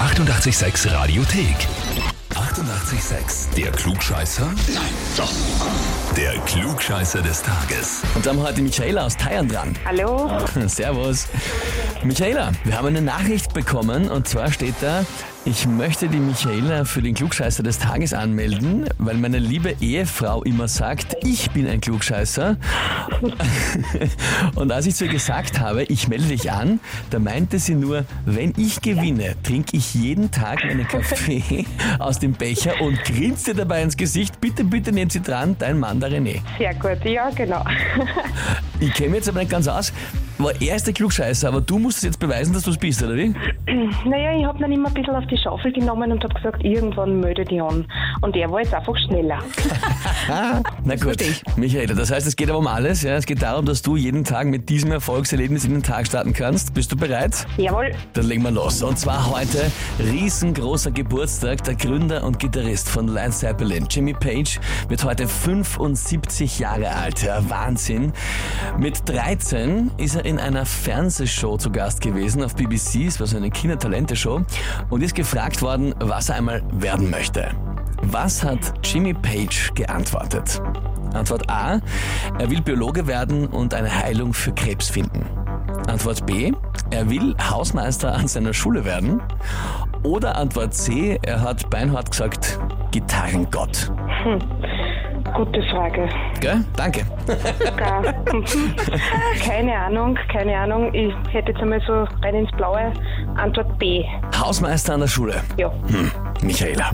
886 Radiothek. 88,6. Der Klugscheißer? Nein, doch. Der Klugscheißer des Tages. Und da haben wir heute Michaela aus Thailand dran. Hallo? Servus. Michaela, wir haben eine Nachricht bekommen und zwar steht da, ich möchte die Michaela für den Klugscheißer des Tages anmelden, weil meine liebe Ehefrau immer sagt, ich bin ein Klugscheißer. und als ich zu ihr gesagt habe, ich melde dich an, da meinte sie nur, wenn ich gewinne, trinke ich jeden Tag einen Kaffee aus dem Becher und grinste dabei ins Gesicht. Bitte, bitte nehmen Sie dran, dein Mann, der René. Sehr gut, ja, genau. Ich kenne mich jetzt aber nicht ganz aus. War er ist der Klugscheißer, aber du musst es jetzt beweisen, dass du es bist, oder wie? Naja, ich habe dann immer ein bisschen auf die Schaufel genommen und habe gesagt, irgendwann melde die an. Und er war jetzt einfach schneller. Na gut, Michaela, das heißt, es geht aber um alles. Ja? Es geht darum, dass du jeden Tag mit diesem Erfolgserlebnis in den Tag starten kannst. Bist du bereit? Jawohl, Dann legen wir los. Und zwar heute riesengroßer Geburtstag. Der Gründer und Gitarrist von Led Zeppelin, Jimmy Page, wird heute 75 Jahre alt. Ja, Wahnsinn. Mit 13 ist er in einer Fernsehshow zu Gast gewesen auf BBC. Es war so eine Kindertalente-Show. Und ist gefragt worden, was er einmal werden möchte. Was hat Jimmy Page geantwortet? Antwort A. Er will Biologe werden und eine Heilung für Krebs finden. Antwort B, er will Hausmeister an seiner Schule werden. Oder Antwort C, er hat beinhart gesagt, Gitarrengott. gute Frage. Gell? Danke. Da, keine Ahnung, keine Ahnung. Ich hätte jetzt einmal so rein ins Blaue. Antwort B. Hausmeister an der Schule. Ja. Hm, Michaela.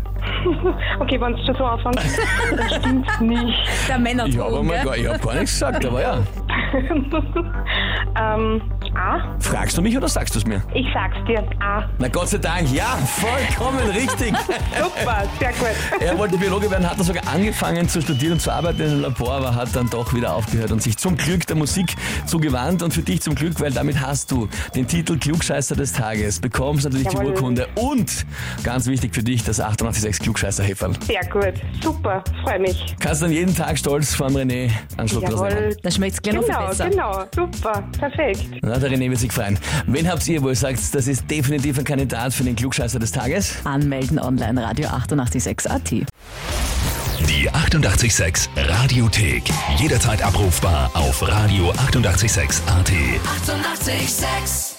Okay, wenn es schon so anfängt, das stimmt nicht. Der Ich habe Männerton, einmal gell? gar, ich hab gar nichts gesagt, aber ja. ähm, A? Fragst du mich oder sagst du es mir? Ich sag's dir. A. Na Gott sei Dank, ja, vollkommen richtig. Super, sehr gut. Er wollte Biologe werden, hat dann sogar angefangen zu studieren und zu arbeiten im Labor, aber hat dann doch wieder aufgehört und sich zum Glück der Musik zugewandt und für dich zum Glück, weil damit hast du den Titel Klugscheißer des Tages, bekommst natürlich die Jawohl. Urkunde und ganz wichtig für dich, das 886 klugscheißer -Häferl. Sehr gut. Super, freue mich. Kannst dann jeden Tag stolz vor dem René Anschluss nehmen. Jawohl. Da schmeckt es gleich noch viel Genau, besser. genau. Super, perfekt. Na, der René wird sich freuen. Wen habt ihr, wo ihr sagt, das ist definitiv ein Kandidat für den Klugscheißer des Tages? Anmelden online Radio 886 AT. Die 88,6 Radiothek. Jederzeit abrufbar auf radio886.at. 88,6. Eighty-eight, sex.